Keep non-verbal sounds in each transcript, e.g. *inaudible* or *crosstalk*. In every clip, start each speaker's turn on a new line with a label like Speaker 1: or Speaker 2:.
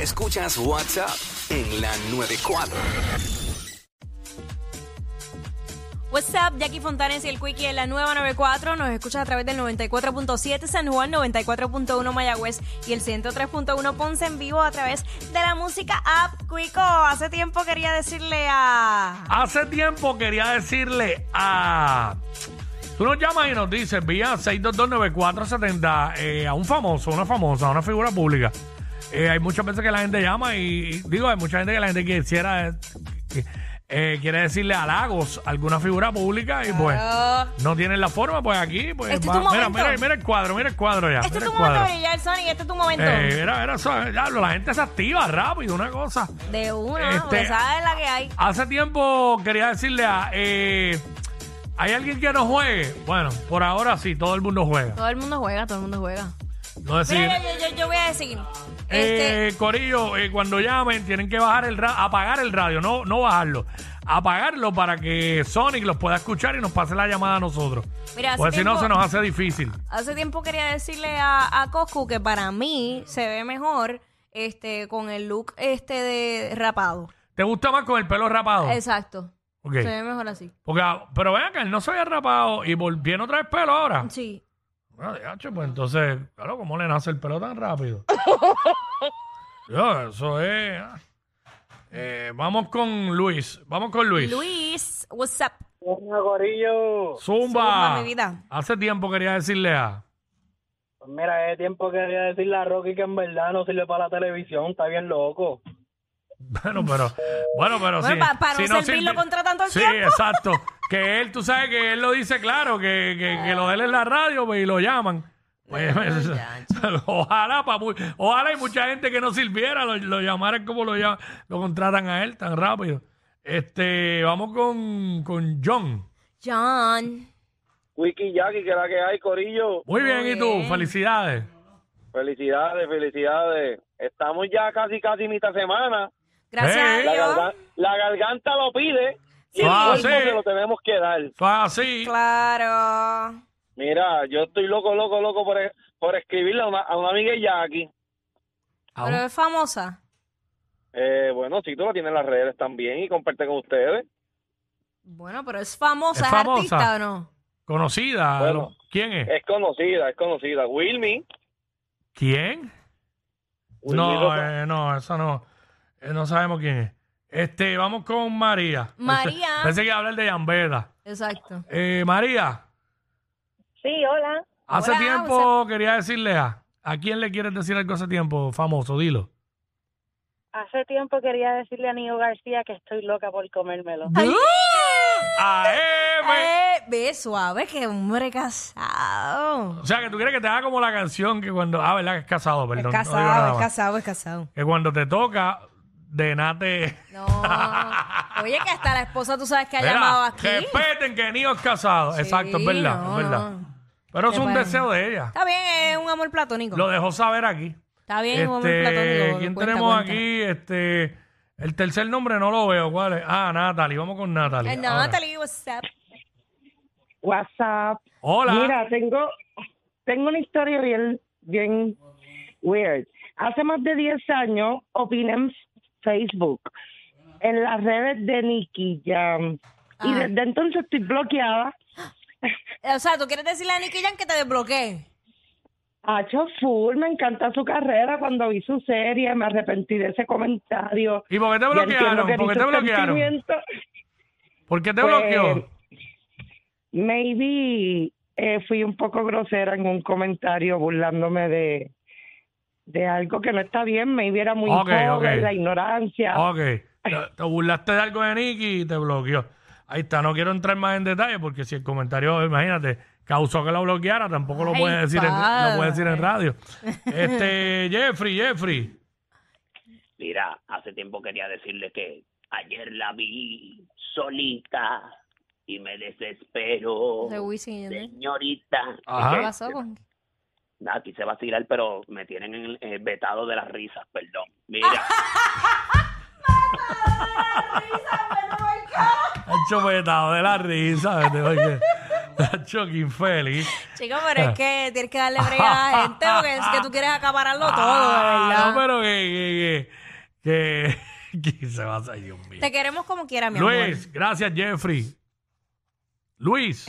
Speaker 1: Escuchas WhatsApp en la 94.
Speaker 2: What's up, Jackie Fontanes y el Quickie en la nueva 94. Nos escuchas a través del 94.7 San Juan, 94.1 Mayagüez y el 103.1 Ponce en vivo a través de la música app Quico. Hace tiempo quería decirle a.
Speaker 3: Hace tiempo quería decirle a. Tú nos llamas y nos dices vía 6229470 eh, a un famoso, una famosa, una figura pública. Eh, hay muchas veces que la gente llama y, y digo, hay mucha gente que la gente quisiera eh, que- eh, quiere decirle halagos a alguna figura pública y pues no tienen la forma, pues aquí pues
Speaker 2: Este es tu
Speaker 3: mira,
Speaker 2: momento.
Speaker 3: mira, mira el cuadro, mira el cuadro ya.
Speaker 2: Este es
Speaker 3: mira
Speaker 2: tu
Speaker 3: el
Speaker 2: momento
Speaker 3: cuadro.
Speaker 2: de brillar, Sony. Este es tu momento.
Speaker 3: Eh, mira, mira, eso, ya, la gente se activa rápido, una cosa.
Speaker 2: de una,
Speaker 3: este-
Speaker 2: porque sabes la que hay.
Speaker 3: Hace tiempo quería decirle a. eh, ¿Hay alguien que no juegue? Bueno, por ahora sí, todo el mundo juega.
Speaker 2: Todo el mundo juega, todo el mundo juega.
Speaker 3: No decir.
Speaker 2: Mira, yo, yo- yo voy a decir. Este,
Speaker 3: eh, Corillo, eh, cuando llamen, tienen que bajar el ra- apagar el radio, no, no bajarlo. Apagarlo para que Sonic los pueda escuchar y nos pase la llamada a nosotros.
Speaker 2: Mira, hace
Speaker 3: Porque si no,
Speaker 2: tiempo-
Speaker 3: se nos hace difícil.
Speaker 2: Hace tiempo quería decirle a, a Coscu que para mí se ve mejor este con el look este de rapado.
Speaker 3: ¿Te gusta más con el pelo rapado?
Speaker 2: Exacto.
Speaker 3: Oh. Ok.
Speaker 2: Se ve mejor así.
Speaker 3: Porque, ah, pero ven acá, él no se había rapado y vol- viene otra vez pelo ahora.
Speaker 2: Sí.
Speaker 3: Bueno, diacho, pues entonces, claro, ¿cómo le nace el pelo
Speaker 2: *laughs*
Speaker 3: tan rápido? Yo, eso es. ah. Eh, vamos con Luis. Vamos con Luis.
Speaker 2: Luis, what's up?
Speaker 4: Bueno, Corillo.
Speaker 3: Zumba.
Speaker 2: Zumba, mi vida.
Speaker 3: Hace tiempo quería decirle a.
Speaker 4: Pues mira, es tiempo que quería decirle a Rocky que en verdad no sirve para la televisión, está bien loco.
Speaker 3: Bueno, pero. Bueno, pero
Speaker 2: Bueno,
Speaker 3: sí.
Speaker 2: pa- para no servirlo contra tanto
Speaker 3: Sí,
Speaker 2: tiempo. *laughs*
Speaker 3: exacto. Que él, tú sabes que él lo dice claro, que, que, que lo de él en la radio pues, y lo llaman. Pues, *laughs* ojalá, pa, mu- ojalá y mucha gente que no sirviera lo, lo llamaran como lo, llam- lo contratan a él tan rápido. Este, vamos con, con John.
Speaker 2: John.
Speaker 4: Wiki Jackie, que la que hay, Corillo.
Speaker 3: Muy bien, ¿y tú?
Speaker 2: bien.
Speaker 3: Felicidades.
Speaker 4: Felicidades, felicidades. Estamos ya casi, casi mitad semana.
Speaker 2: Gracias a
Speaker 3: Hey.
Speaker 4: La,
Speaker 2: Dios.
Speaker 4: garga- la garganta lo pide y el
Speaker 3: Ah,
Speaker 4: cuerpo
Speaker 3: sí.
Speaker 4: se lo tenemos que dar.
Speaker 3: Fue así.
Speaker 2: Claro.
Speaker 4: Mira, yo estoy loco, loco, loco por, e- por escribirle a una, a una amiga de Jackie.
Speaker 3: Aún-
Speaker 2: Pero es famosa.
Speaker 4: Eh, bueno, sí, tú la tienes en las redes también y comparte con ustedes.
Speaker 2: Bueno, pero es famosa,
Speaker 3: ¿Es
Speaker 2: es,
Speaker 3: famosa?
Speaker 2: artista o no.
Speaker 3: Conocida.
Speaker 4: Bueno.
Speaker 3: lo- ¿Quién es?
Speaker 4: Es conocida, es conocida. Wilmy.
Speaker 3: ¿Quién?
Speaker 4: Wilmy
Speaker 3: No,
Speaker 4: Rosa-
Speaker 3: eh, no, eso no. Eh, no sabemos quién es. Este, vamos con María.
Speaker 2: María.
Speaker 3: Pensé, pensé que iba a hablar de Yambeda.
Speaker 2: Exacto.
Speaker 3: Eh, María,
Speaker 5: Sí, hola.
Speaker 3: hace
Speaker 2: Hola,
Speaker 3: tiempo quería decirle a. ¿A quién le quieres decir algo hace tiempo, famoso? Dilo.
Speaker 5: Hace tiempo quería decirle a Nio García que estoy loca por comérmelo.
Speaker 2: Ay,
Speaker 3: ¡A M!
Speaker 2: eh, ve suave, que hombre casado.
Speaker 3: O sea, que tú quieres que te haga como la canción que cuando. Ah, ¿verdad? Que es casado, perdón. no
Speaker 2: es
Speaker 3: digo
Speaker 2: casado,
Speaker 3: nada
Speaker 2: es
Speaker 3: más.
Speaker 2: casado, es
Speaker 3: *laughs*
Speaker 2: casado.
Speaker 3: Que cuando te toca, de
Speaker 2: *laughs*
Speaker 3: nate.
Speaker 2: No. Oye, que hasta la esposa tú sabes que ha
Speaker 3: Mira,
Speaker 2: llamado aquí.
Speaker 3: Respeten que Nio es casado. Exacto, es verdad,
Speaker 2: no,
Speaker 3: es verdad.
Speaker 2: no.
Speaker 3: Pero es
Speaker 2: Qué
Speaker 3: un
Speaker 2: bueno.
Speaker 3: deseo de ella.
Speaker 2: Está bien, es un amor platónico.
Speaker 3: Lo dejó saber aquí.
Speaker 2: Está bien, es un amor
Speaker 3: Este,
Speaker 2: platónico.
Speaker 3: ¿Quién
Speaker 2: cuenta,
Speaker 3: tenemos
Speaker 2: cuenta.
Speaker 3: aquí? Este, el tercer nombre no lo veo. ¿Cuál es? Ah, Natalie. Vamos con Natalie.
Speaker 2: Eh, no,
Speaker 3: ahora.
Speaker 2: Natalie, what's up?
Speaker 6: WhatsApp.
Speaker 3: Hola.
Speaker 6: Mira, tengo, tengo una historia bien, bien weird. Hace más de 10 años opiné en Facebook, en las redes de Nicky Jam. Y
Speaker 2: Ah.
Speaker 6: desde entonces estoy bloqueada.
Speaker 2: Eh, O sea, ¿tú quieres decirle a Nicky Jam que te desbloquee?
Speaker 6: Ha hecho full, me encanta su carrera. Cuando vi su serie, me arrepentí de ese comentario.
Speaker 3: ¿Y por qué te
Speaker 6: Ya entiendo
Speaker 3: bloquearon?
Speaker 6: que este
Speaker 3: ¿Por qué
Speaker 6: ni
Speaker 3: te
Speaker 6: sus
Speaker 3: bloquearon?
Speaker 6: sentimientos.
Speaker 3: ¿Por qué te
Speaker 6: Pues,
Speaker 3: bloqueó?
Speaker 6: Maybe eh, fui un poco grosera en un comentario burlándome de, de algo que no está bien. Maybe era muy
Speaker 3: Ok,
Speaker 6: joven,
Speaker 3: ok.
Speaker 6: la ignorancia.
Speaker 3: Ok. Te, te burlaste de algo de Nicky y te bloqueó. Ahí está. No quiero entrar más en detalle porque si el comentario, imagínate, causó que la bloqueara, tampoco lo
Speaker 2: Ay,
Speaker 3: puedes decir, en, lo puedes decir en
Speaker 2: padre. *laughs*
Speaker 3: radio. Este, Jeffrey, Jeffrey.
Speaker 7: Mira, hace tiempo quería decirle que ayer la vi solita y me desespero.
Speaker 2: De Wisin ¿eh? y Yandel.
Speaker 7: Señorita.
Speaker 3: Ajá.
Speaker 2: ¿Qué pasó con
Speaker 7: Nada, aquí se va a tirar, pero me tienen en- eh, vetado de las risas, perdón.
Speaker 2: *laughs*
Speaker 7: Mira,
Speaker 2: oh
Speaker 3: Hacho petado de la risa, este, ¿viste? *laughs* Porque- Hacho, qué infeliz.
Speaker 2: Chico,
Speaker 3: Ah.
Speaker 2: pero es que tienes que darle break a la gente porque es que tú quieres acapararlo todo, de
Speaker 3: Ah,
Speaker 2: verdad.
Speaker 3: No, pero que, que, que, *laughs* que se va a salir un mío.
Speaker 2: Te queremos como quiera, mi amor.
Speaker 3: Luis, gracias, Jeffrey. Luis,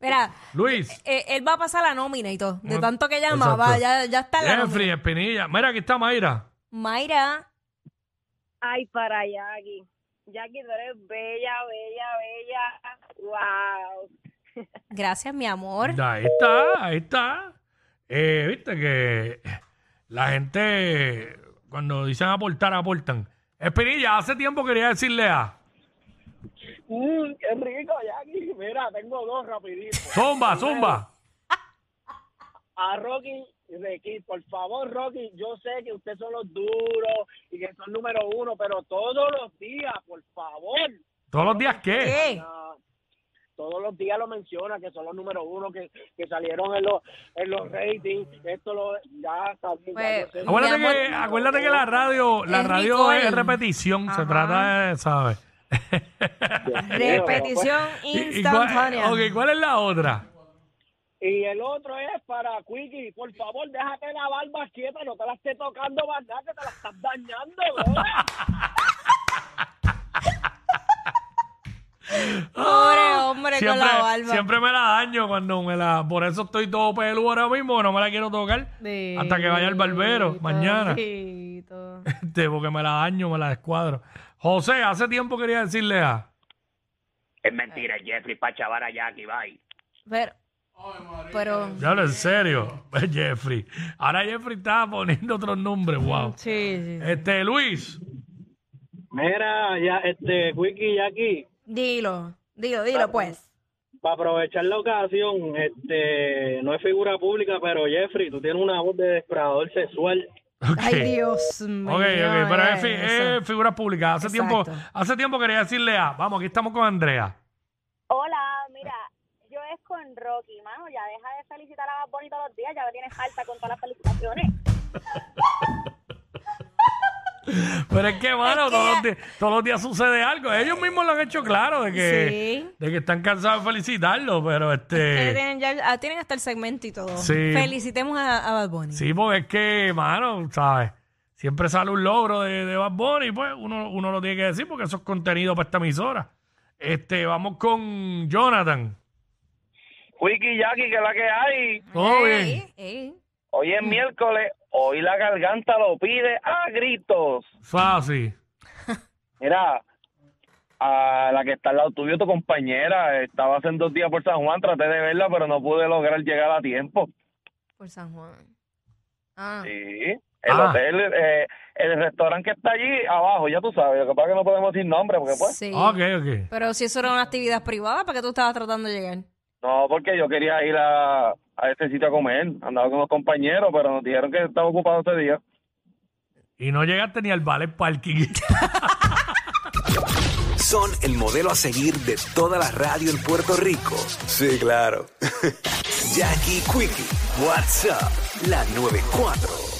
Speaker 2: Mira, *laughs*
Speaker 3: Luis.
Speaker 2: eh, él va a pasar la nómina y todo. De
Speaker 3: No,
Speaker 2: tanto que llama, va,
Speaker 3: Ah, exacto.
Speaker 2: ya, ya está la nómina.
Speaker 3: Jeffrey, Espinilla. Mira, aquí está Mayra.
Speaker 2: Mayra,
Speaker 5: Ay, para Jackie. Jackie, tú eres bella, bella, bella. Wow.
Speaker 2: gracias, mi amor.
Speaker 3: Ahí está, ahí está. Eh, Viste que la gente, cuando dicen aportar, aportan. Espinilla, hace tiempo quería decirle a.
Speaker 4: Mm, qué rico, Jackie. Mira, tengo dos rapidito.
Speaker 3: Zumba, zumba.
Speaker 4: a Rocky Requi, por favor, Rocky, yo sé que ustedes son los duros y que son número uno, pero todos los días, por favor,
Speaker 3: ¿Todos los días qué?
Speaker 2: ¿Qué?
Speaker 4: ah, todos los días lo menciona, que son los número uno, que, que salieron en los, en los ratings, esto lo, ya, está bien, ya yo
Speaker 2: Pues,
Speaker 4: sé.
Speaker 3: Acuérdate,
Speaker 2: Mi amor,
Speaker 3: que, acuérdate que la radio, la
Speaker 2: Es
Speaker 3: radio
Speaker 2: Nicole.
Speaker 3: es repetición, se
Speaker 2: Ajá.
Speaker 3: trata de, ¿sabes?
Speaker 2: Repetición
Speaker 3: ¿Y- y cuál-
Speaker 2: instantánea.
Speaker 3: ok, ¿cuál es la otra?
Speaker 4: Y el otro es para Quickie, por favor, déjate la barba quieta, no te la estés tocando más nada, que te la estás dañando, bro.
Speaker 2: Pobre hombre
Speaker 3: Ah,
Speaker 2: con
Speaker 3: Siempre,
Speaker 2: la barba.
Speaker 3: siempre me la daño cuando me la... Por eso estoy todo peludo ahora mismo, no me la quiero tocar *laughs* hasta que vaya el barbero mañana.
Speaker 2: Bendito.
Speaker 3: Este, porque me la daño, me la descuadro. José, hace tiempo quería decirle a...
Speaker 7: es mentira, es Jeffrey, para chavar a Jackie, bye.
Speaker 2: Pero, pero,
Speaker 3: Ya hablo en serio, *laughs* Jeffrey. Ahora Jeffrey está poniendo otros nombres, wow.
Speaker 2: sí, sí.
Speaker 3: Este, Luis,
Speaker 4: Mera, ya, este, Quickie, Jackie.
Speaker 2: Dilo, dilo, dilo, pues.
Speaker 4: Para aprovechar la ocasión, este, no es figura pública, pero Jeffrey, tú tienes una voz de depredador sexual.
Speaker 3: Ok.
Speaker 2: Ay, Dios mío.
Speaker 3: Ok, ok, pero eh, es, fi-
Speaker 2: eso.
Speaker 3: es figura pública. Hace
Speaker 2: Exacto.
Speaker 3: tiempo, hace tiempo quería decirle a, vamos, aquí estamos con Andrea.
Speaker 5: Hola, mira, yo es con Rocky, mano, ya deja de felicitar a Bad Bunny todos los días, ya me tienes alta con todas las felicitaciones.
Speaker 3: Pero es que, mano,
Speaker 2: Es que-
Speaker 3: todos, los días, todos los días sucede algo. Ellos mismos lo han hecho claro de que,
Speaker 2: Sí.
Speaker 3: *laughs* de que están cansados de felicitarlo, pero
Speaker 2: Ustedes *laughs*
Speaker 3: este.
Speaker 2: tienen, ya- ah, tienen hasta el segmento y todo.
Speaker 3: Sí.
Speaker 2: Felicitemos a, a Bad Bunny.
Speaker 3: Sí, porque es que, mano, ¿sabes? Siempre sale un logro de, de Bad Bunny, pues uno, uno lo tiene que decir porque eso es contenido para esta emisora. Este, vamos con Jonathan.
Speaker 4: Wiki Jackie, que es la que hay.
Speaker 3: Todo
Speaker 2: Ey,
Speaker 3: bien.
Speaker 2: ey.
Speaker 4: Hoy es miércoles, hoy la garganta lo pide a gritos.
Speaker 3: Fácil.
Speaker 4: Mira, a la que está al lado tuyo, tu compañera, estaba hace dos días por San Juan, traté de verla, pero no pude lograr llegar a tiempo.
Speaker 2: Por San Juan. Ah,
Speaker 4: Sí. El
Speaker 3: Ah.
Speaker 4: hotel, eh, el restaurante que está allí abajo, ya tú sabes. Lo que pasa es que no podemos decir nombre, porque pues.
Speaker 2: sí.
Speaker 3: Ok, ok.
Speaker 2: Pero si eso era una actividad privada, ¿para qué tú estabas tratando de llegar?
Speaker 4: No, porque yo quería ir a, a este sitio a comer. Andaba con unos compañeros, pero nos dijeron que estaba ocupado ese día.
Speaker 3: Y no llegaste ni al ballet parking. *laughs*
Speaker 1: Son el modelo a seguir de toda la radio en Puerto Rico. Sí, *laughs* claro. Jackie Quickie, WhatsApp, la 94.